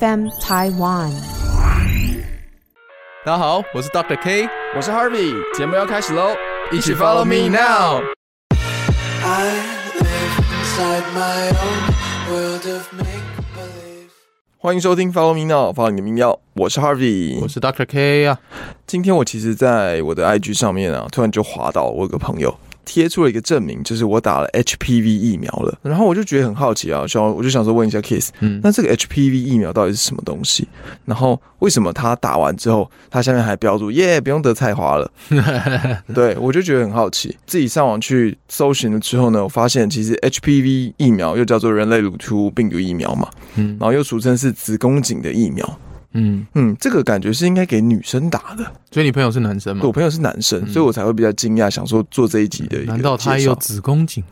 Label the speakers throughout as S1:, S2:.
S1: FM Taiwan。
S2: 大家好，我是 Dr. K，
S3: 我是 Harvey，节目要开始喽，一
S2: 一起 follow me now。
S4: I live inside my own world of make believe.
S3: 欢迎收听 Follow Me Now，follow 你的民谣，我是 Harvey，
S2: 我是 Dr. K 啊，
S3: 今天我其实在我的 IG 上面啊，突然就滑到我有个朋友贴出了一个证明，就是我打了 HPV 疫苗了。然后我就觉得很好奇啊，想我就想说问一下 Kiss，
S2: 嗯
S3: 那这个 HPV 疫苗到底是什么东西？然后为什么他打完之后，他下面还标注耶不用得菜 花了？对我就觉得很好奇，自己上网去搜寻了之后呢，我发现其实 HPV 疫苗又叫做人类乳突病毒疫苗嘛，
S2: 嗯
S3: 然后又俗称是子宫颈的疫苗。
S2: 嗯，
S3: 嗯，这个感觉是应该给女生打的。
S2: 所以你朋友是男生吗
S3: 对我？朋友是男生，所以我才会比较惊讶，想说做这一集的一
S2: 嗯
S3: 个
S2: 难道他也
S3: 介
S2: 有
S3: 绍
S2: 子宫颈？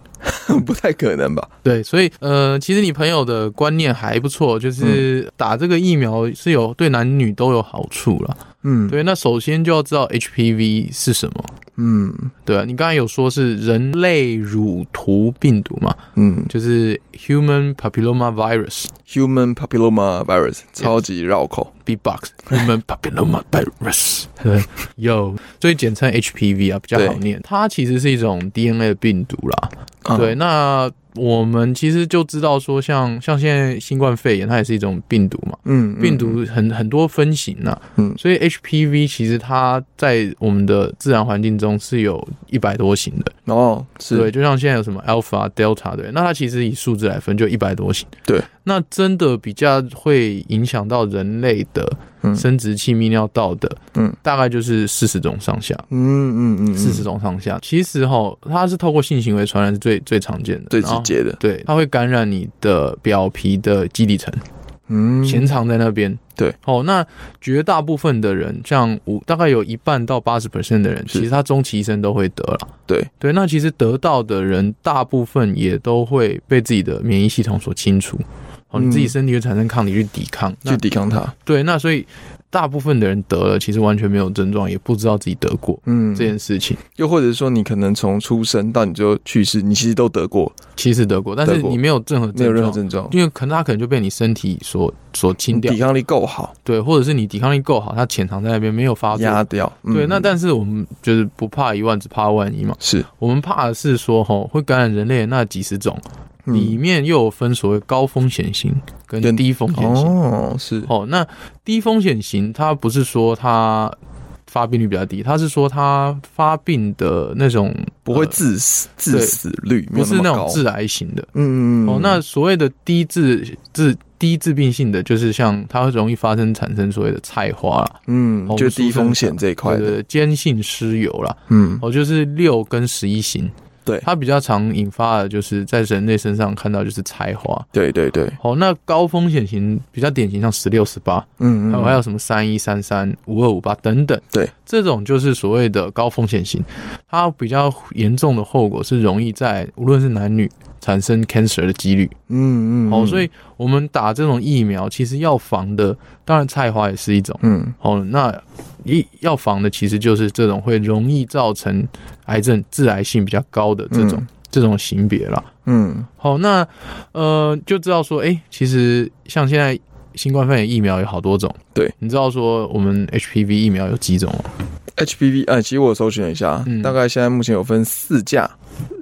S3: 不太可能吧？
S2: 对，所以呃，其实你朋友的观念还不错，就是打这个疫苗是有对男女都有好处了。
S3: 嗯，，
S2: 对，那首先就要知道 HPV 是什么。
S3: 嗯
S2: 对啊，你刚才有说是人类乳突病毒嘛，
S3: 嗯
S2: 就是 Human Papilloma Virus
S3: ，Human Papilloma Virus 超级绕口，
S2: （BBox）。Human Papilloma Virus，对， 有，所以简称 HPV 啊，比较好
S3: 对
S2: 念。嗯它其实是一种 DNA 的病毒啦。
S3: 啊
S2: 对，，那我们其实就知道说像，像现在新冠肺炎，它也是一种病毒嘛。
S3: 嗯
S2: 病，毒很很多分型呐、
S3: 嗯
S2: 所以 HPV 其实它在我们的自然环境中是有一百多型的，
S3: 然后哦是
S2: 对，就像现在有什么 alpha、delta 对，那它其实以数字来分就一百多型，
S3: 对，
S2: 那真的比较会影响到人类的
S3: 嗯
S2: 生殖器、泌尿道的，
S3: 嗯，
S2: 大概就是四十种上下，
S3: 嗯嗯嗯，
S2: 四十种上下。其实哈，它是透过性行为传染是最最常见的，
S3: 最直
S2: 然后
S3: 接的，
S2: 对，它会感染你的表皮的基底层，
S3: 嗯，
S2: 潜藏在那边。
S3: 对，
S2: 哦，那绝大部分的人，像五大概有一半到八十 percent 的人，
S3: 是
S2: 其实他终其一生都会得了。
S3: 对，
S2: 对，那其实得到的人，大部分也都会被自己的免疫系统所清除。哦，你自己
S3: 嗯
S2: 身体会产生抗体去抵抗。
S3: 去
S2: 那
S3: 抵抗它，
S2: 对，那所以大部分的人得了，其实完全没有症状，也不知道自己得过。
S3: 嗯，
S2: 这件事情
S3: 又或者说你可能从出生到你就去世，你其实都得过，
S2: 其实得过，但
S3: 得
S2: 是
S3: 过
S2: 你没有任何
S3: 没有
S2: 症
S3: 任何
S2: 状，
S3: 症状，
S2: 因为可能他可能就被你身体所所
S3: 你
S2: 清掉
S3: 抵，抗力够好，
S2: 对，或者是你抵抗力够好，它潜藏在那边没有发作，
S3: 压掉，嗯
S2: 啊对，那但是我们就是不怕一万，只怕万一嘛。
S3: 是
S2: 我们怕的是说，吼，会感染人类的那几十种，
S3: 嗯
S2: 里面又有分所谓高风险型跟
S3: 跟
S2: 低风险型。
S3: 哦，是
S2: 哦，那低风险型它不是说它发病率比较低，它是说它发病的那种
S3: 不会
S2: 呃
S3: 致死，致
S2: 对
S3: 死率没
S2: 不
S3: 有
S2: 是那
S3: 么
S2: 种
S3: 高
S2: 致癌型的。
S3: 嗯嗯嗯，
S2: 哦，那所谓的低致致低致病性的，就是像它会容易发生产生所谓的菜花啦，
S3: 嗯，
S2: 红
S3: 就
S2: 书
S3: 低
S2: 生
S3: 风险这一块
S2: 或
S3: 的，
S2: 者间性湿疣啦，
S3: 嗯，
S2: 哦，就是六跟十一型，
S3: 对
S2: 它比较常引发的就是在人类身上看到就是菜花。
S3: 对嗯对对，
S2: 哦，那高风险型比较典型，像十六、十八，
S3: 嗯
S2: 还有
S3: 嗯，
S2: 还有什么三一、三三、五二、五八等等。
S3: 对，
S2: 这种就是所谓的高风险型，它比较严重的后果是容易在无论是男女产生 cancer 的几率。
S3: 嗯嗯，
S2: 哦，
S3: 嗯
S2: 所以我们打这种疫苗，其实要防的，当然菜花也是一种。
S3: 嗯
S2: 哦，那一要防的其实就是这种会容易造成癌症致癌性比较高的这种、
S3: 嗯
S2: 这种型别啦。
S3: 嗯
S2: 好，那呃就知道说，哎、其实像现在新冠肺炎疫苗有好多种，
S3: 对，
S2: 你知道说我们 HPV 疫苗有几种哦吗？
S3: ，HPV 哎，其实我搜寻了一下
S2: 嗯，
S3: 大概现在目前有分四价、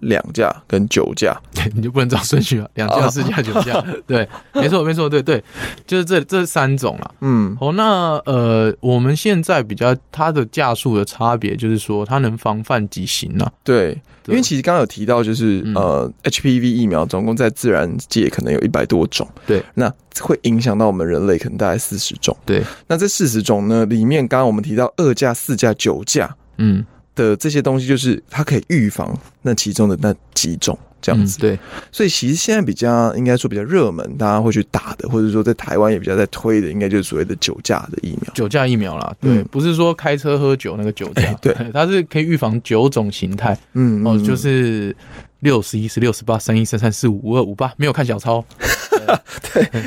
S3: 两价跟九价，
S2: 你就不能找顺序了，两价、
S3: 哦
S2: 四价、九价，对，没错，没错，对对，就是这这三种啦。
S3: 嗯
S2: 哦，那呃，我们现在比较它的价数的差别，就是说它能防范几型啊啦、
S3: 对，因
S2: 对
S3: 为其实刚刚有提到，就是、
S2: 嗯
S3: 呃，HPV 疫苗总共在自然界可能有一百多种，
S2: 对，
S3: 那会影响到我们人类可能大概四十种，
S2: 对，
S3: 那这四十种呢，里面刚刚我们提到二价、四价、九价
S2: 嗯，
S3: 的这些东西，就是它可以预防那其中的那几种。这样子。
S2: 对，
S3: 所以其实现在比较应该说比较热门，大家会去打的，或者说在台湾也比较在推的，应该就是所谓的酒驾的疫苗。
S2: 酒驾疫苗啦，对，
S3: 嗯
S2: 不是说开车喝酒那个酒驾，
S3: 对，
S2: 它是可以预防九种形态，
S3: 嗯，
S2: 哦，
S3: 嗯
S2: 就是六十一、十六、十八、三一、三三、四五、五二、五八，没有看小抄，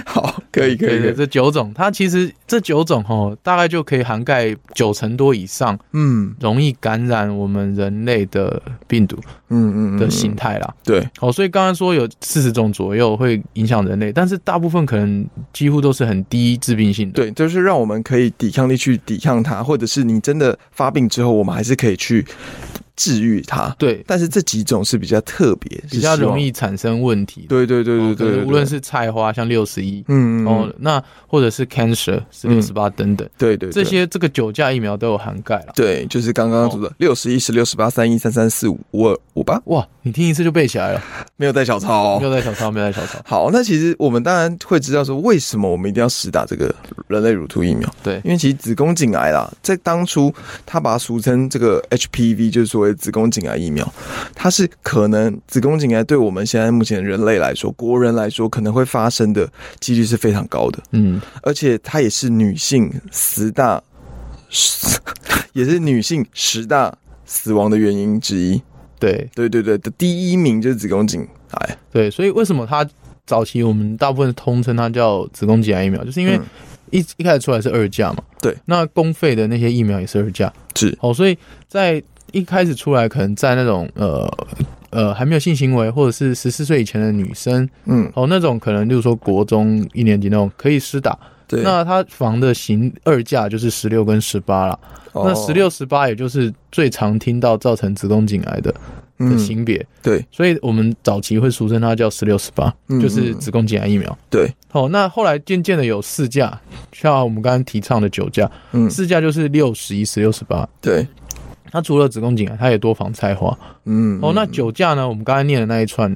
S3: 好，可以可以可
S2: 对对
S3: 以，
S2: 这九种，它其实这九种哦，大概就可以涵盖九成多以上
S3: 嗯
S2: 容易感染我们人类的病毒
S3: 嗯嗯嗯
S2: 的形，态啦。
S3: 对，
S2: 哦，所以刚刚说有四十种左右会影响人类，但是大部分可能几乎都是很低致病性的。
S3: 对，就是让我们可以抵抗力去抵抗它，或者是你真的发病之后，我们还是可以去治愈它。
S2: 对，
S3: 但是这几种是比较特别，
S2: 比较
S3: 是希望
S2: 容。易产生问题。
S3: 对对对对
S2: 哦可
S3: 对
S2: 能
S3: 对，
S2: 无论是菜花像六十一，
S3: 嗯嗯
S2: 哦
S3: 嗯，
S2: 那或者是 cancer 十六
S3: 嗯
S2: 十八等等，
S3: 对对
S2: 这
S3: 对
S2: 些哦这个酒驾疫苗都有涵盖了。
S3: 对，就是刚刚说的六十一、十六、十八、三一、三三四五、五二、五八，
S2: 哇，你听一次就背起来了，
S3: 没有带小抄哦
S2: 没。有带小抄，没有带小 抄。
S3: 好，那其实我们当然会知道说，为什么我们一定要实打这个人类乳突疫苗？
S2: 对
S3: 因为其实子宫颈癌啦，在当初它把它俗称这个 HPV，就是所谓子宫颈癌疫苗，它是可能子宫颈癌对我们现在目前人类来说，国人来说可能会发生的几率是非常高的，
S2: 嗯，
S3: 而且它也是女性十大，十也是女性十大死亡的原因之一。
S2: 对
S3: 对对对，的第一名就是子宫颈癌。
S2: 对，所以为什么它早期我们大部分通称它叫子宫颈癌疫苗，就是因为
S3: 嗯
S2: 一、一开始出来是二价嘛。
S3: 对，
S2: 那公费的那些疫苗也是二价。
S3: 是
S2: 哦，所以在一开始出来，可能在那种呃呃还没有性行为，或者是十四岁以前的女生，
S3: 嗯，
S2: 哦，那种可能就是说国中一年级那种可以施打。
S3: 对。
S2: 那它防的型二价就是十六跟十八啦。那
S3: 哦
S2: 十六、十八也就是最常听到造成子宫颈癌的的
S3: 嗯
S2: 型别，
S3: 对
S2: 所以我们早期会俗称它叫十六、十八，
S3: 嗯
S2: 就是子宫颈癌疫苗。
S3: 对，
S2: 哦，那后来渐渐的有四价，像我们刚刚提倡的九价，
S3: 嗯
S2: 四价就是六、十一、十六、十八。
S3: 对，
S2: 它除了子宫颈癌，它也多防菜花。
S3: 嗯
S2: 哦，那九价呢？我们刚才念的那一串，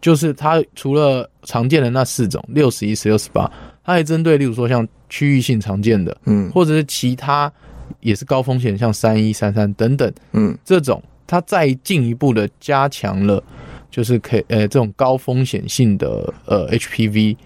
S2: 就是它除了常见的那四种六、十一、十六、十八，它还针对例如说像区域性常见的，
S3: 嗯
S2: 或者是其他也是高风险，像三一、三三等等
S3: 嗯
S2: 这种，它再进一步的加强了，就是可以呃这种高风险性的呃 HPV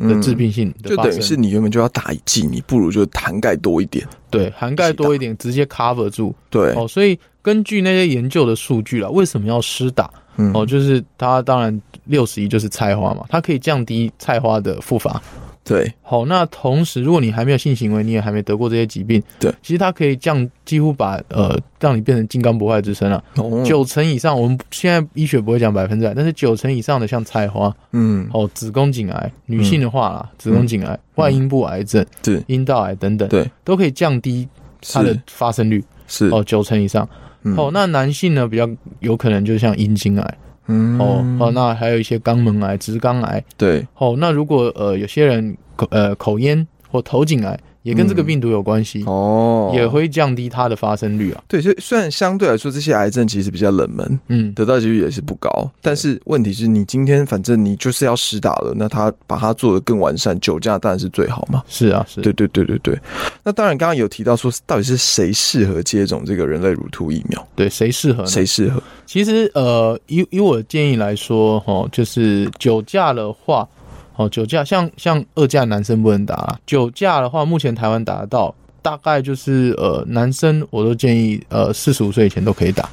S2: 的致病性的
S3: 嗯就
S2: 发
S3: 等
S2: 生，
S3: 于是你原本就要打一剂，你不如就涵盖多一点。
S2: 对涵盖多一点，直接 cover 住
S3: 对，
S2: 哦。所以根据那些研究的数据啦，为什么要施打？
S3: 嗯
S2: 哦，就是它当然六十一就是菜花嘛，它可以降低菜花的复发。
S3: 对，
S2: 好，那同时，如果你还没有性行为，你也还没得过这些疾病，
S3: 对，
S2: 其实它可以降，几乎把呃，让你变成金刚不坏之身了。啊
S3: 哦
S2: 九、成以上，我们现在医学不会讲百分之百，但是九成以上的像菜花、
S3: 嗯
S2: 哦、子宫颈癌，女性的话啦，子宫颈癌、外阴部癌症、
S3: 是
S2: 阴道癌等等，
S3: 对，
S2: 都可以降低它的
S3: 是
S2: 发生率
S3: 是
S2: 哦，九成以上。
S3: 嗯
S2: 哦，那男性呢，比较有可能就像阴茎癌，
S3: 嗯
S2: 哦、哦，那还有一些肛门癌、直肛癌。
S3: 对
S2: 哦，那如果呃有些人口呃口咽或头颈癌也跟这个病毒有关系，
S3: 哦
S2: 也会降低它的发生率啊。
S3: 对，所以虽然相对来说这些癌症其实比较冷门，
S2: 嗯，
S3: 得到几率也是不高，但是问题是你今天反正你就是要实打了，那他把它做的更完善，酒驾当然是最好嘛。
S2: 是啊，是。
S3: 对对对对对，那当然，刚刚有提到说，到底是谁适合接种这个人类乳突疫苗？
S2: 对，谁适合呢？
S3: 谁适合？
S2: 其实呃，以以我的建议来说，哦，就是酒驾的话，哦，酒驾像像二驾男生不能打啦，酒驾的话，目前台湾打得到。大概就是呃，男生我都建议呃，四十五岁以前都可以打，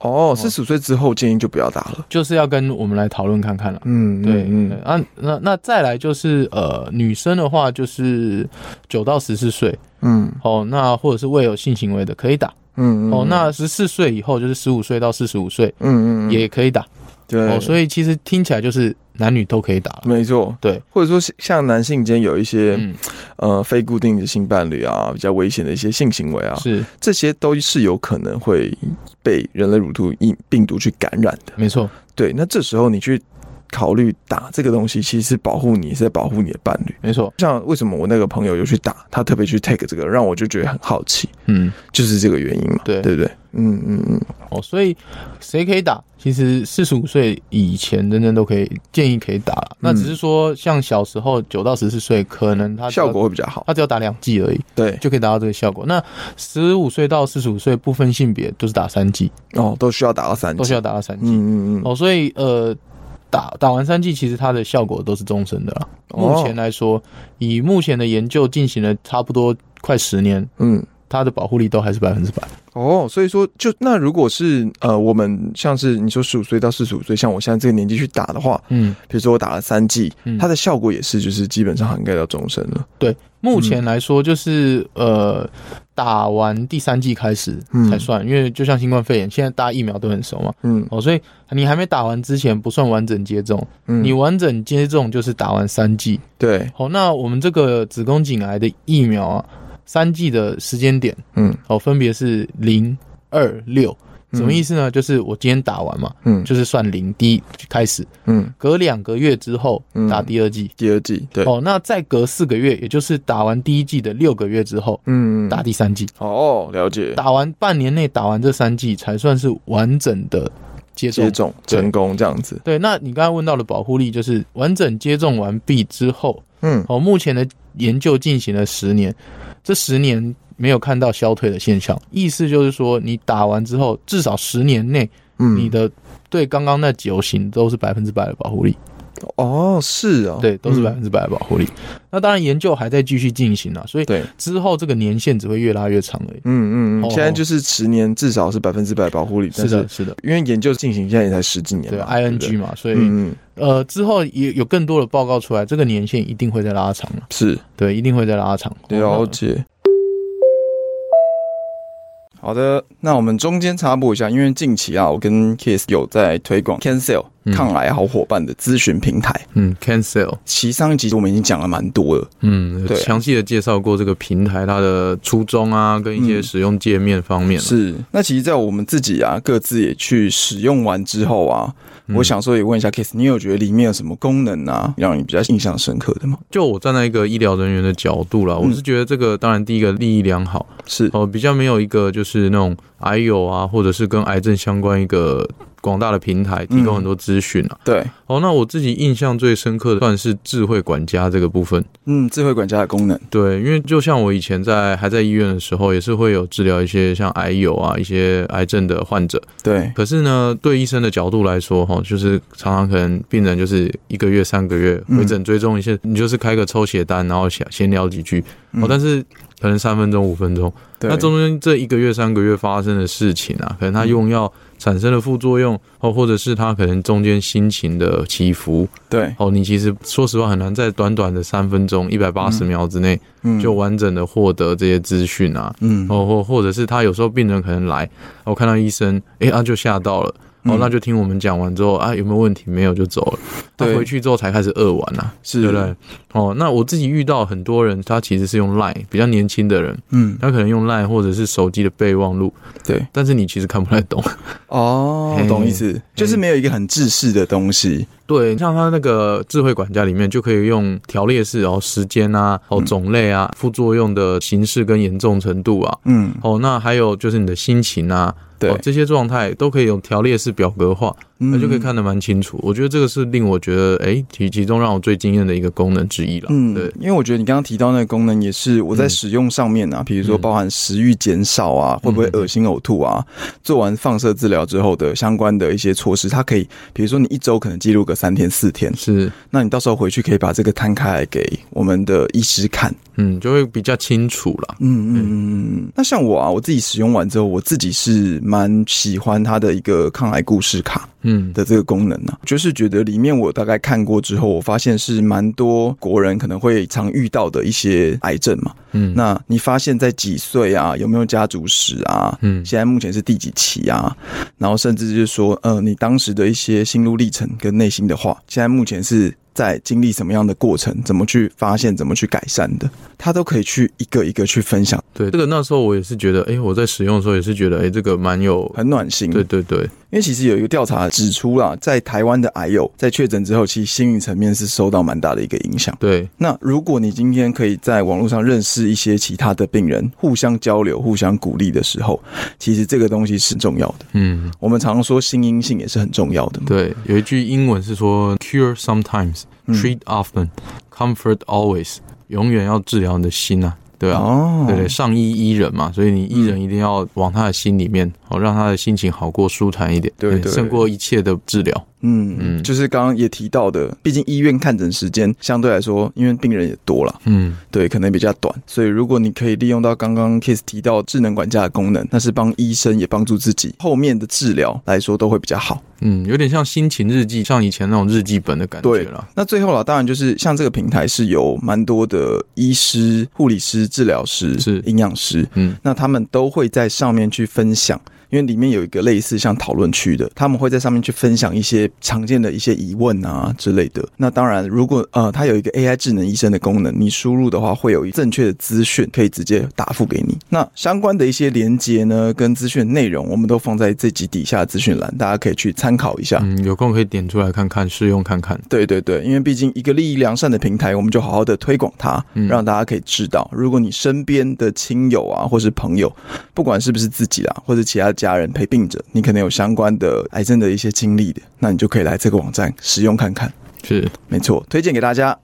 S3: 哦，四十岁之后建议就不要打了。
S2: 就是要跟我们来讨论看看了。
S3: 嗯
S2: 对，嗯，啊，那那再来就是呃，女生的话就是九到十四岁
S3: 嗯
S2: 哦，那或者是未有性行为的可以打
S3: 嗯
S2: 哦，那十四岁以后就是十五岁到四十五岁
S3: 嗯嗯
S2: 也可以打
S3: 对，嗯
S2: 哦，所以其实听起来就是男女都可以打了，
S3: 没错，
S2: 对，
S3: 或者说是像男性间有一些、
S2: 嗯，
S3: 呃非固定的性伴侣啊，比较危险的一些性行为啊，
S2: 是
S3: 这些都是有可能会被人类乳突疫病毒去感染的。
S2: 没错，
S3: 对，那这时候你去考虑打这个东西，其实是保护你，是在保护你的伴侣。
S2: 没错，
S3: 像为什么我那个朋友有去打，他特别去 take 这个，让我就觉得很好奇，
S2: 嗯，
S3: 就是这个原因嘛，
S2: 对
S3: 对不对？嗯嗯嗯，
S2: 哦，所以谁可以打？其实四十五岁以前真正都可以建议可以打了，
S3: 嗯
S2: 那只是说像小时候九到十四岁，可能他只要
S3: 效果会比较好。
S2: 他只要打两剂而已。
S3: 对，
S2: 就可以达到这个效果。那十五岁到四十五岁不分性别，都是打三剂，
S3: 哦，都需要打到三剂，
S2: 都需要打到三剂。
S3: 嗯嗯嗯，
S2: 哦，所以呃，打打完三剂，其实它的效果都是终身的啦。
S3: 哦
S2: 目前来说，以目前的研究进行了差不多快十年，
S3: 嗯，
S2: 它的保护力都还是百分之百。
S3: 哦，所以说就那如果是呃，我们像是你说十五岁到四十五岁，像我现在这个年纪去打的话，
S2: 嗯，
S3: 比如说我打了三剂，
S2: 嗯
S3: 它的效果也是就是基本上涵盖到终身了。
S2: 对，目前来说就是、呃，打完第三剂开始
S3: 嗯
S2: 才算，因为就像新冠肺炎，现在大家疫苗都很熟嘛，
S3: 嗯
S2: 哦，所以你还没打完之前不算完整接种，
S3: 嗯，
S2: 你完整接种就是打完三剂。
S3: 对，
S2: 哦，那我们这个子宫颈癌的疫苗啊，三剂的时间点
S3: 嗯
S2: 哦，分别是零、二、六，什么意思呢？就是我今天打完嘛，
S3: 嗯
S2: 就是算零第一开始，
S3: 嗯，
S2: 隔两个月之后
S3: 嗯
S2: 打第二剂。
S3: 第二剂对，
S2: 哦，那再隔四个月，也就是打完第一季的六个月之后，
S3: 嗯
S2: 打第三季，
S3: 哦，了解，
S2: 打完半年内打完这三季才算是完整的接种。
S3: 接种
S2: 对
S3: 成功这样子，
S2: 对，那你刚才问到的保护力，就是完整接种完毕之后，
S3: 嗯
S2: 哦，目前的研究进行了十年，这十年没有看到消退的现象，意思就是说，你打完之后至少十年内，
S3: 嗯，
S2: 你的对刚刚那九型都是百分之百的保护力。
S3: 哦是哦，
S2: 对，都是
S3: 嗯
S2: 百分之百的保护力。那当然，研究还在继续进行啊，所以
S3: 对，
S2: 之后这个年限只会越拉越长而已。
S3: 嗯嗯
S2: 哦
S3: 嗯，现在就是十年至少是百分之百保护力，但
S2: 是的，，是的，
S3: 因为研究进行现在也才十几年
S2: 对
S3: 嘛
S2: 啊，ing
S3: 嘛，
S2: 嘛，所以、
S3: 嗯嗯
S2: 呃，之后也有更多的报告出来，这个年限一定会再拉长了，
S3: 是
S2: 对，一哦定会再拉长。
S3: 了解。好的，那我们中间插播一下，因为近期啊，我跟 Kiss 有在推广 Cancel
S2: 嗯
S3: 抗癌好伙伴的咨询平台。
S2: 嗯，cancel，
S3: 其实上一集我们已经讲了蛮多了，
S2: 嗯
S3: 对啊
S2: 详细的介绍过这个平台它的初衷啊，跟一些
S3: 嗯
S2: 使用界面方面、，
S3: 是。那其实，在我们自己啊，各自也去使用完之后啊，
S2: 嗯
S3: 我想说也问一下 Kiss，你有觉得里面有什么功能啊，让你比较印象深刻的吗？
S2: 就我站在一个医疗人员的角度啦，我
S3: 嗯
S2: 是觉得这个当然第一个利益良好，
S3: 是，
S2: 哦，比较没有一个就是那种癌友啊，或者是跟癌症相关一个广大的平台，提供很多资讯啊。
S3: 对，
S2: 哦，那我自己印象最深刻的算是智慧管家这个部分。
S3: 嗯，智慧管家的功能，
S2: 对，因为就像我以前在还在医院的时候，也是会有治疗一些像癌友啊、一些癌症的患者。
S3: 对，
S2: 可是呢，对医生的角度来说，哈，就是常常可能病人就是一个月、三个月
S3: 嗯
S2: 回诊追踪一些，你就是开个抽血单，然后闲闲聊几句，
S3: 嗯
S2: 哦，但是可能三分钟、五分钟。
S3: 对嗯
S2: 那中间这一个月、三个月发生的事情啊，可能他用药产生的副作用，哦，或者是他可能中间心情的起伏，
S3: 对，
S2: 哦，你其实说实话很难在短短的三分钟、一百八十
S3: 嗯
S2: 秒之内
S3: 嗯
S2: 就完整的获得这些资讯啊，
S3: 嗯
S2: 哦，或或者是他有时候病人可能来，哦，看到医生，诶，啊就吓到了。哦
S3: 嗯，
S2: 那就听我们讲完之后啊，有没有问题？没有就走了。他
S3: 对
S2: 回去之后才开始恶玩啊，
S3: 是
S2: 对不对？哦，那我自己遇到很多人，他其实是用 Line，比较年轻的人，
S3: 嗯
S2: 他可能用 Line 或者是手机的备忘录，
S3: 对，
S2: 但是你其实看不太懂。
S3: 哦
S2: 嘿，
S3: 懂意思，就是没有一个很制式的东西，
S2: 对，像他那个智慧管家里面就可以用条列式哦，时间啊，
S3: 嗯
S2: 哦种类啊，副作用的形式跟严重程度啊，
S3: 嗯，
S2: 哦，那还有就是你的心情啊，
S3: 对嗯
S2: 哦，这些状态都可以用条列式表格化，那
S3: 那
S2: 就可以，看得蛮清楚。我觉得这个是令我觉得，哎，其其中让我最惊艳的一个功能之一了。
S3: 嗯，
S2: 对，嗯
S3: 因为我觉得你刚刚提到那个功能，也是我在使用上面啊，比如说包含食欲减少啊，会不会恶心呕吐啊，做完放射治疗之后的相关的一些措施，它可以，比如说你一周可能记录个三天四天，
S2: 是，
S3: 那你到时候回去可以把这个摊开来给我们的医师看，
S2: 嗯，就会比较清楚了。
S3: 嗯嗯嗯嗯。那像我啊，我自己使用完之后，我自己是蛮喜欢它的一个抗癌故事卡，
S2: 嗯，
S3: 的这个功能呢、就是觉得里面我大概看过之后，我发现是蛮多国人可能会常遇到的一些癌症嘛。
S2: 嗯，
S3: 那你发现在几岁啊？有没有家族史啊？
S2: 嗯
S3: 现在目前是第几期啊？然后甚至就是说，呃，你当时的一些心路历程跟内心的话，现在目前是在经历什么样的过程？怎么去发现？怎么去改善的？他都可以去一个一个去分享，
S2: 对，这个那时候我也是觉得，哎，我在使用的时候也是觉得，哎，这个蛮有，
S3: 很暖心。
S2: 对对对，
S3: 因为其实有一个调查指出啦，在台湾的癌友在确诊之后，其实心理层面是受到蛮大的一个影响。
S2: 对，
S3: 那如果你今天可以在网络上认识一些其他的病人，互相交流、互相鼓励的时候，其实这个东西是重要的。
S2: 嗯，
S3: 我们常说心因性也是很重要的嘛。
S2: 对，有一句英文是说 “cure sometimes,
S3: 嗯
S2: treat often, comfort always”，永远要治疗你的心啊，对啊，
S3: 哦，
S2: 对对，上医医人嘛，所以你医人一定要往他的心里面，哦，让他的心情好过、舒坦一点，
S3: 对
S2: 嗯
S3: 对
S2: 胜过一切的治疗。
S3: 嗯
S2: 嗯
S3: 嗯，就是刚刚也提到的，毕竟医院看诊时间相对来说，因为病人也多了，
S2: 嗯，
S3: 对，可能比较短，所以如果你可以利用到刚刚 Kiss 提到智能管家的功能，那是帮医生也帮助自己后面的治疗来说都会比较好。
S2: 嗯，有点像心情日记，像以前那种日记本的感觉
S3: 对
S2: 啦。
S3: 那最后啦，当然就是像这个平台是有蛮多的医师、护理师、治疗师、
S2: 是
S3: 营养师，
S2: 嗯
S3: 那他们都会在上面去分享，因为里面有一个类似像讨论区的，他们会在上面去分享一些常见的一些疑问啊之类的。那当然，如果呃它有一个 AI 智能医生的功能，你输入的话会有正确的资讯可以直接答复给你。那相关的一些连接呢跟资讯内容，我们都放在这集底下的资讯栏，大家可以去参考一下。
S2: 嗯，有空可以点出来看看，试用看看。
S3: 对对对，因为毕竟一个利益良善的平台，我们就好好的推广它，
S2: 嗯
S3: 让大家可以知道，如果你身边的亲友啊，或是朋友，不管是不是自己啦，或者其他家人陪病者，你可能有相关的癌症的一些经历的，那你就可以来这个网站使用看看。
S2: 是，
S3: 没错，推荐给大家。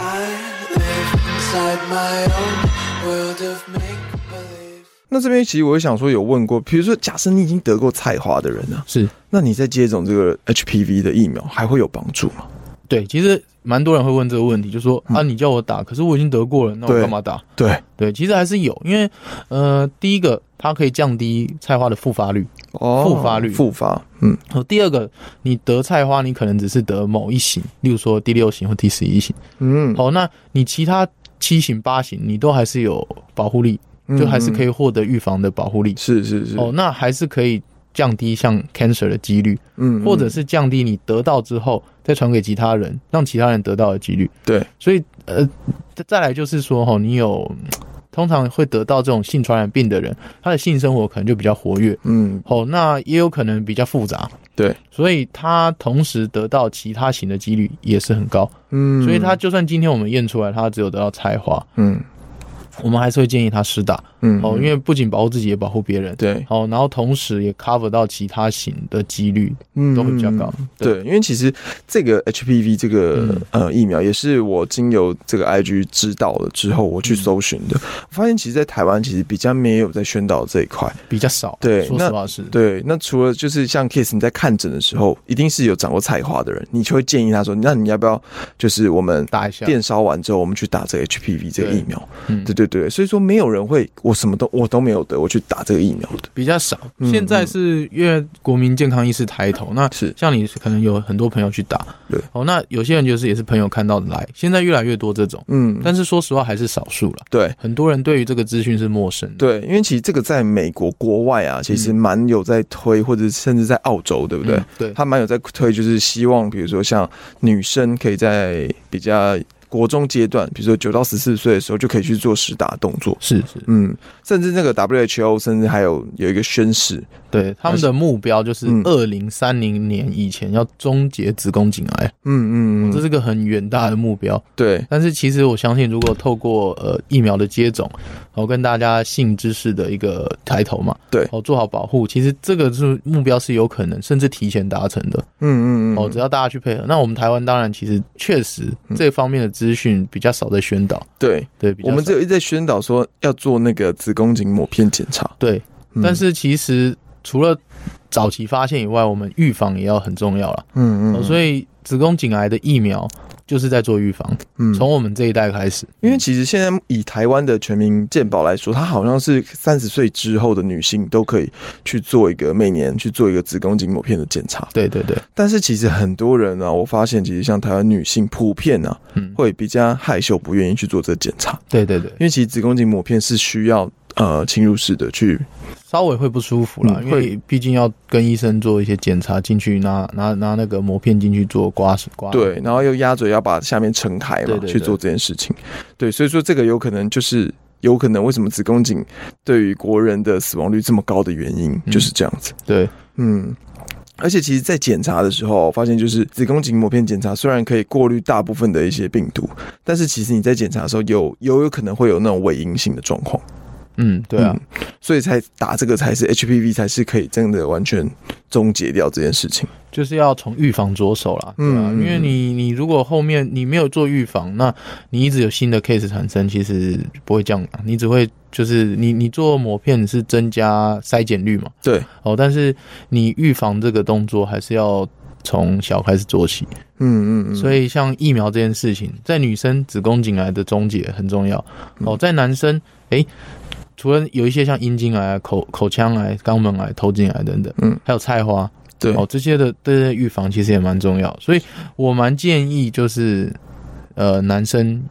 S4: I live inside my own world of make believe.
S3: 那这边其实我也想说，有问过，比如说，假设你已经得过菜花的人啊，
S2: 是
S3: 那你再接种这个 HPV 的疫苗，还会有帮助吗？
S2: 对，其实蛮多人会问这个问题，就说啊，
S3: 嗯
S2: 你叫我打，可是我已经得过了，那我
S3: 对
S2: 干嘛打？
S3: 对，
S2: 对，其实还是有，因为呃，第一个它可以降低菜花的复发率，
S3: 哦
S2: 复发率
S3: 复发，嗯，
S2: 哦，第二个，你得菜花，你可能只是得某一型，例如说第六型或第十一型。
S3: 嗯，
S2: 哦，那你其他七型、八型，你都还是有保护力，就还是可以
S3: 嗯，
S2: 获得预防的保护力
S3: 嗯。是是是，
S2: 哦，那还是可以降低像 cancer 的几率，
S3: 嗯，嗯
S2: 或者是降低你得到之后再传给其他人，让其他人得到的几率。
S3: 对，
S2: 所以呃，再再来就是说，哦，你有通常会得到这种性传染病的人，他的性生活可能就比较活跃。
S3: 嗯，
S2: 哦，那也有可能比较复杂，
S3: 对，
S2: 所以他同时得到其他型的几率也是很高，
S3: 嗯，
S2: 所以他就算今天我们验出来他只有得到菜花，
S3: 嗯
S2: 我们还是会建议他施打
S3: 嗯
S2: 哦，因为不仅保护自己，也保护别人，
S3: 对
S2: 哦，然后同时也 cover 到其他型的几率
S3: 嗯
S2: 都会比较高，
S3: 对，因为其实这个 HPV 这个、
S2: 嗯
S3: 呃疫苗也是我经由这个 IG 知道了之后，我去搜寻的。我发现其实，在台湾其实比较没有在宣导这一块。
S2: 比较少，
S3: 对
S2: 说实话是，
S3: 对，那除了就是像 Kiss 你在看诊的时候，一定是有长过菜花的人，你就会建议他说，那你要不要就是我们
S2: 打一下，
S3: 电烧完之后，我们去打这个 HPV 这个
S2: 对
S3: 疫苗？
S2: 嗯
S3: 对对对，所以说没有人会我什么都我都没有得，我去打这个疫苗的。
S2: 比较少，
S3: 嗯
S2: 现在是因为国民健康意识抬头，那
S3: 是
S2: 像你可能有很多朋友去打，
S3: 对，
S2: 哦，那有些人就是也是朋友看到的来，现在越来越多这种，
S3: 嗯，
S2: 但是说实话还是少数了，
S3: 对。
S2: 很多人对于这个资讯是陌生的，
S3: 对，因为其实这个在美国国外啊，其实蛮有在推，或者甚至在澳洲，对不对？
S2: 嗯对，
S3: 他蛮有在推，就是希望比如说像女生可以在比较国中阶段，比如说九到十四岁的时候就可以去做实打动作。
S2: 是是，
S3: 嗯，甚至那个 WHO 甚至还有有一个宣誓，
S2: 对，他们的目标就是
S3: 嗯
S2: 二零三零年以前要终结子宫颈癌，
S3: 嗯嗯
S2: 哦这
S3: 嗯，
S2: 是个很远大的目标。
S3: 对，
S2: 但是其实我相信，如果透过呃疫苗的接种，我、跟大家性知识的一个抬头嘛，
S3: 对
S2: 哦做好保护，其实这个是目标是有可能甚至提前达成的
S3: 嗯嗯嗯，嗯
S2: 哦，只要大家去配合。那我们台湾当然其实确实这方面的资讯比较少在宣导，
S3: 对，
S2: 对，比较
S3: 我们
S2: 少
S3: 只有一直在宣导说要做那个子宫颈抹片检查，
S2: 对，
S3: 嗯
S2: 但是其实除了早期发现以外，我们预防也要很重要了。
S3: 嗯
S2: 哦
S3: 嗯，
S2: 所以子宫颈癌的疫苗就是在做预防，
S3: 嗯
S2: 从我们这一代开始，
S3: 因为其实现在以台湾的全民健保来说，它好像是三十岁之后的女性都可以去做一个每年去做一个子宫颈抹片的检查。
S2: 对对对，
S3: 但是其实很多人啊，我发现其实像台湾女性普遍啊，
S2: 嗯，
S3: 会比较害羞，不愿意去做这个检查，
S2: 对对对，
S3: 因为其实子宫颈抹片是需要呃侵入式的去，
S2: 稍微会不舒服啦，
S3: 嗯
S2: 因为毕竟要跟医生做一些检查，进去拿拿拿那个膜片进去做刮刮，
S3: 对，然后又压嘴要把下面撑开嘛，
S2: 哦对对对
S3: 去做这件事情。对，所以说这个有可能就是。有可能为什么子宫颈对于国人的死亡率这么高的原因、
S2: 嗯
S3: 就是这样子。
S2: 对，
S3: 嗯，而且其实，在检查的时候，发现就是子宫颈抹片检查虽然可以过滤大部分的一些病毒，但是其实你在检查的时候有有有可能会有那种伪阴性的状况。
S2: 嗯，对啊，
S3: 嗯所以才打这个才是 HPV 才是可以真的完全终结掉这件事情。
S2: 就是要从预防着手啦，对啊，
S3: 嗯嗯
S2: 因为你你如果后面你没有做预防，那你一直有新的 case 产生，其实不会降，你只会就是你你做抹片是增加筛检率嘛，
S3: 对，
S2: 哦，但是你预防这个动作还是要从小开始做起。
S3: 嗯嗯嗯，
S2: 所以像疫苗这件事情，在女生子宫颈癌的终结很重要。
S3: 嗯
S2: 哦，在男生，诶，除了有一些像阴茎癌啊、口口腔癌、肛门癌、头颈癌等等，
S3: 嗯，
S2: 还有菜花，
S3: 对，
S2: 哦，这些的这些预防其实也蛮重要。所以我蛮建议就是，呃，男生。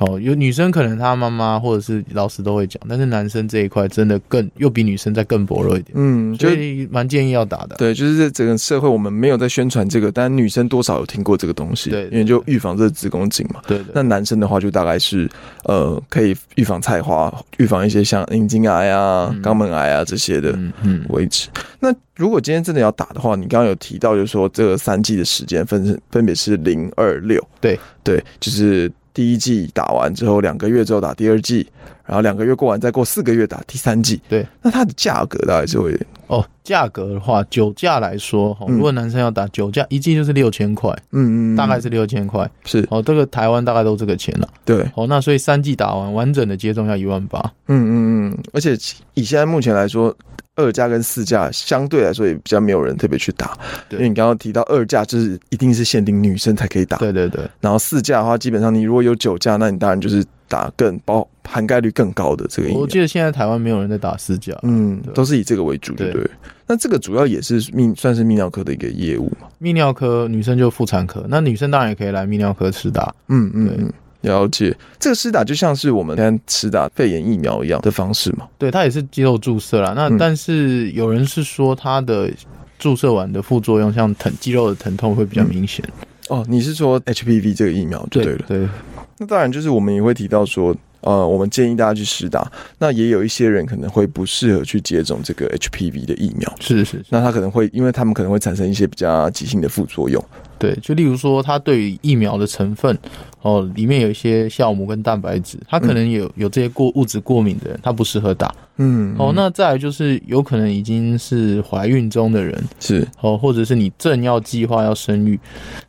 S2: 哦，有女生可能她妈妈或者是老师都会讲，但是男生这一块真的更又比女生再更薄弱一点，
S3: 嗯，就
S2: 所以蛮建议要打的。
S3: 对，就是这整个社会我们没有在宣传这个，但女生多少有听过这个东西，
S2: 对对
S3: 因为就预防这个子宫颈嘛。
S2: 对对
S3: 那男生的话，就大概是呃，可以预防菜花，预防一些像阴茎癌啊、
S2: 嗯
S3: 肛门癌啊这些的
S2: 嗯嗯，
S3: 为止。那如果今天真的要打的话，你刚刚有提到，就是说这个三剂的时间分分别是零二六，
S2: 对
S3: 对，就是第一剂打完之后两个月之后打第二剂，然后两个月过完再过四个月打第三剂。
S2: 对，
S3: 那它的价格大概是会
S2: 哦，价格的话，酒驾来说，哦
S3: 嗯
S2: 如果男生要打酒驾，一剂就是六千块，
S3: 嗯嗯，嗯
S2: 大概是六千块。
S3: 是
S2: 哦，这个台湾大概都这个钱了、
S3: 对，
S2: 哦，那所以三剂打完，完整的接种要一万八。
S3: 嗯嗯嗯，而且以现在目前来说，二价跟四价相对来说也比较没有人特别去打，
S2: 对
S3: 因为你刚刚提到二价就是一定是限定女生才可以打，
S2: 对对对，
S3: 然后四价的话，基本上你如果有酒驾，那你当然就是打更包涵盖率更高的这个疫苗
S2: 我。记得现在台湾没有人在打四价。
S3: 嗯
S2: 对，
S3: 都是以这个为主，对不对？那这个主要也是泌算是泌尿科的一个业务嘛。
S2: 泌尿科女生就妇产科，那女生当然也可以来泌尿科吃打。
S3: 嗯嗯
S2: 对
S3: 嗯，了解。这个施打就像是我们现在施打肺炎疫苗一样的方式嘛。
S2: 对，它也是肌肉注射啦。那
S3: 嗯
S2: 但是有人是说它的注射完的副作用，像疼肌肉的疼痛会比较明显。
S3: 哦，你是说 HPV 这个疫苗嗯就对了。
S2: 对，
S3: 那当然，就是我们也会提到说，呃，我们建议大家去施打。那也有一些人可能会不适合去接种这个 HPV 的疫苗，
S2: 是是是，
S3: 那他可能会，因为他们可能会产生一些比较急性的副作用。
S2: 对，就例如说，它对于疫苗的成分，哦，里面有一些酵母跟蛋白质，它可能有有这些过物质过敏的人，他不适合打。
S3: 嗯
S2: 哦，那再来就是有可能已经是怀孕中的人，
S3: 是
S2: 哦，或者是你正要计划要生育，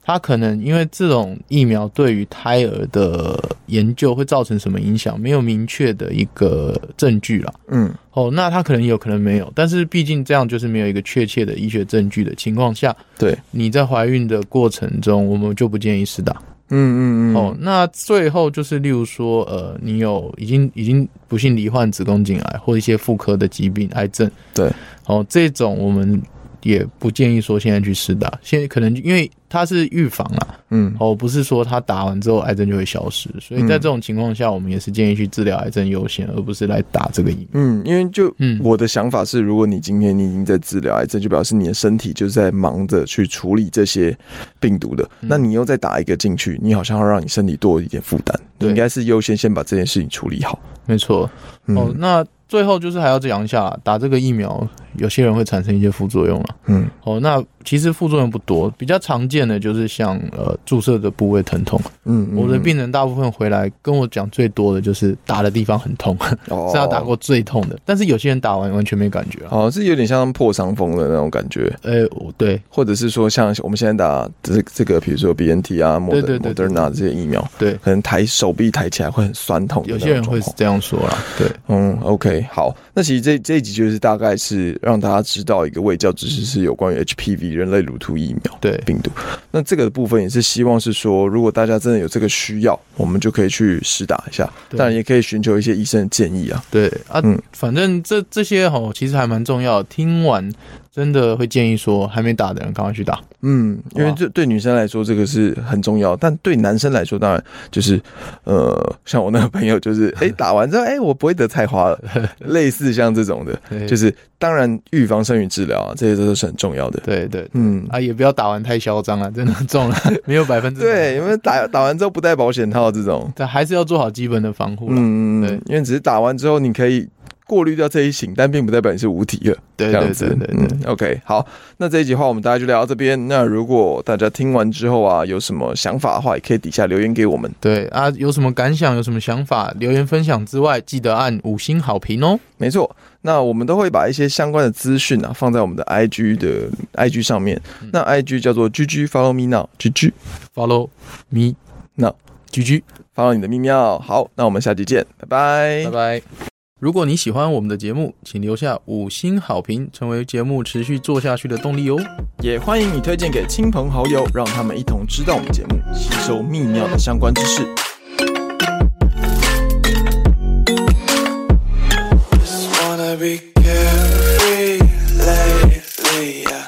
S2: 他可能因为这种疫苗对于胎儿的研究会造成什么影响，没有明确的一个证据啦。
S3: 嗯
S2: 哦，那他可能有可能没有，但是毕竟这样就是没有一个确切的医学证据的情况下，
S3: 对，
S2: 你在怀孕的过程中，我们就不建议施打。
S3: 嗯嗯嗯
S2: 哦，那最后就是例如说，呃，你有已经已经不幸罹患子宫颈癌或一些妇科的疾病、癌症，
S3: 对，
S2: 哦，这种我们也不建议说现在去施打，现在可能因为它是预防啦，
S3: 嗯
S2: 哦，不是说它打完之后癌症就会消失，所以在这种情况下，我们也是建议去治疗癌症优先，而不是来打这个疫苗。
S3: 嗯，因为就
S2: 嗯
S3: 我的想法是，如果你今天你已经在治疗癌症，就表示你的身体就是在忙着去处理这些病毒的，那你又再打一个进去，你好像要让你身体多一点负担，你
S2: 对
S3: 应该是优先先把这件事情处理好。
S2: 没错，
S3: 嗯
S2: 哦，那最后就是还要讲一下，打这个疫苗，有些人会产生一些副作用了。
S3: 嗯。
S2: 哦，那其实副作用不多，比较常见的就是像呃注射的部位疼痛。
S3: 嗯，嗯
S2: 我的
S3: 嗯
S2: 病人大部分回来跟我讲最多的就是打的地方很痛，
S3: 哦
S2: 是他打过最痛的。但是有些人打完完全没感觉啊。
S3: 哦，是有点像破伤风的那种感觉，
S2: 呃，我对
S3: 或者是说像我们现在打这这个，比如说 BNT 啊、莫
S2: 对
S3: 德
S2: 对
S3: 莫
S2: 对
S3: 德
S2: 对
S3: 纳这些疫苗，
S2: 对，
S3: 可能抬手臂抬起来会很酸痛的
S2: 有
S3: 那种
S2: 些人
S3: 状况。
S2: 会是这样说啦。对，
S3: 嗯，OK，好，那其实这这一集就是大概是让大家知道一个卫教知识是有关于 HPV 人类乳突疫苗
S2: 对
S3: 病毒。那这个部分也是希望是说，如果大家真的有这个需要，我们就可以去试打一下，
S2: 对
S3: 当然也可以寻求一些医生的建议啊。
S2: 对啊，
S3: 嗯
S2: 反正这这些哦，其实还蛮重要的。听完真的会建议说，还没打的人赶快去打。
S3: 嗯，因为
S2: 哇
S3: 这对女生来说这个是很重要，但对男生来说当然就是，呃，像我那个朋友就是，哎、打完之后，哎、我不会得菜花了， 类似像这种的，
S2: 对
S3: 就是当然预防胜于治疗啊，这些都是很重要的。
S2: 对对
S3: 嗯，
S2: 啊，也不要打完太嚣张了，真的中 了没有百分之百
S3: 对，因为打打完之后不戴保险套这种，
S2: 但还是要做好基本的防护啦。
S3: 嗯，
S2: 对
S3: 因为只是打完之后你可以过滤掉这一型，但并不代表你是无敌了。
S2: 对
S3: 这样
S2: 对
S3: 子，
S2: 对对对，
S3: 嗯、OK，好，那这一集的话我们大家就聊到这边。那如果大家听完之后啊，有什么想法的话，也可以底下留言给我们。
S2: 对啊，有什么感想，有什么想法，留言分享之外，记得按五星好评哦。
S3: 没错，那我们都会把一些相关的资讯啊放在我们的 IG 的 IG 上面。那 IG 叫做 GG Follow Me Now，GG
S2: Follow me
S3: No
S2: now，GG，
S3: 啊 Follow 你的秘妙。好，那我们下集见，拜拜
S2: 拜拜。如果你喜欢我们的节目，请留下五星好评，成为节目持续做下去的动力哦。
S3: 也欢迎你推荐给亲朋好友，让他们一同知道我们节目，吸收泌尿的相关知识。
S4: Just wanna be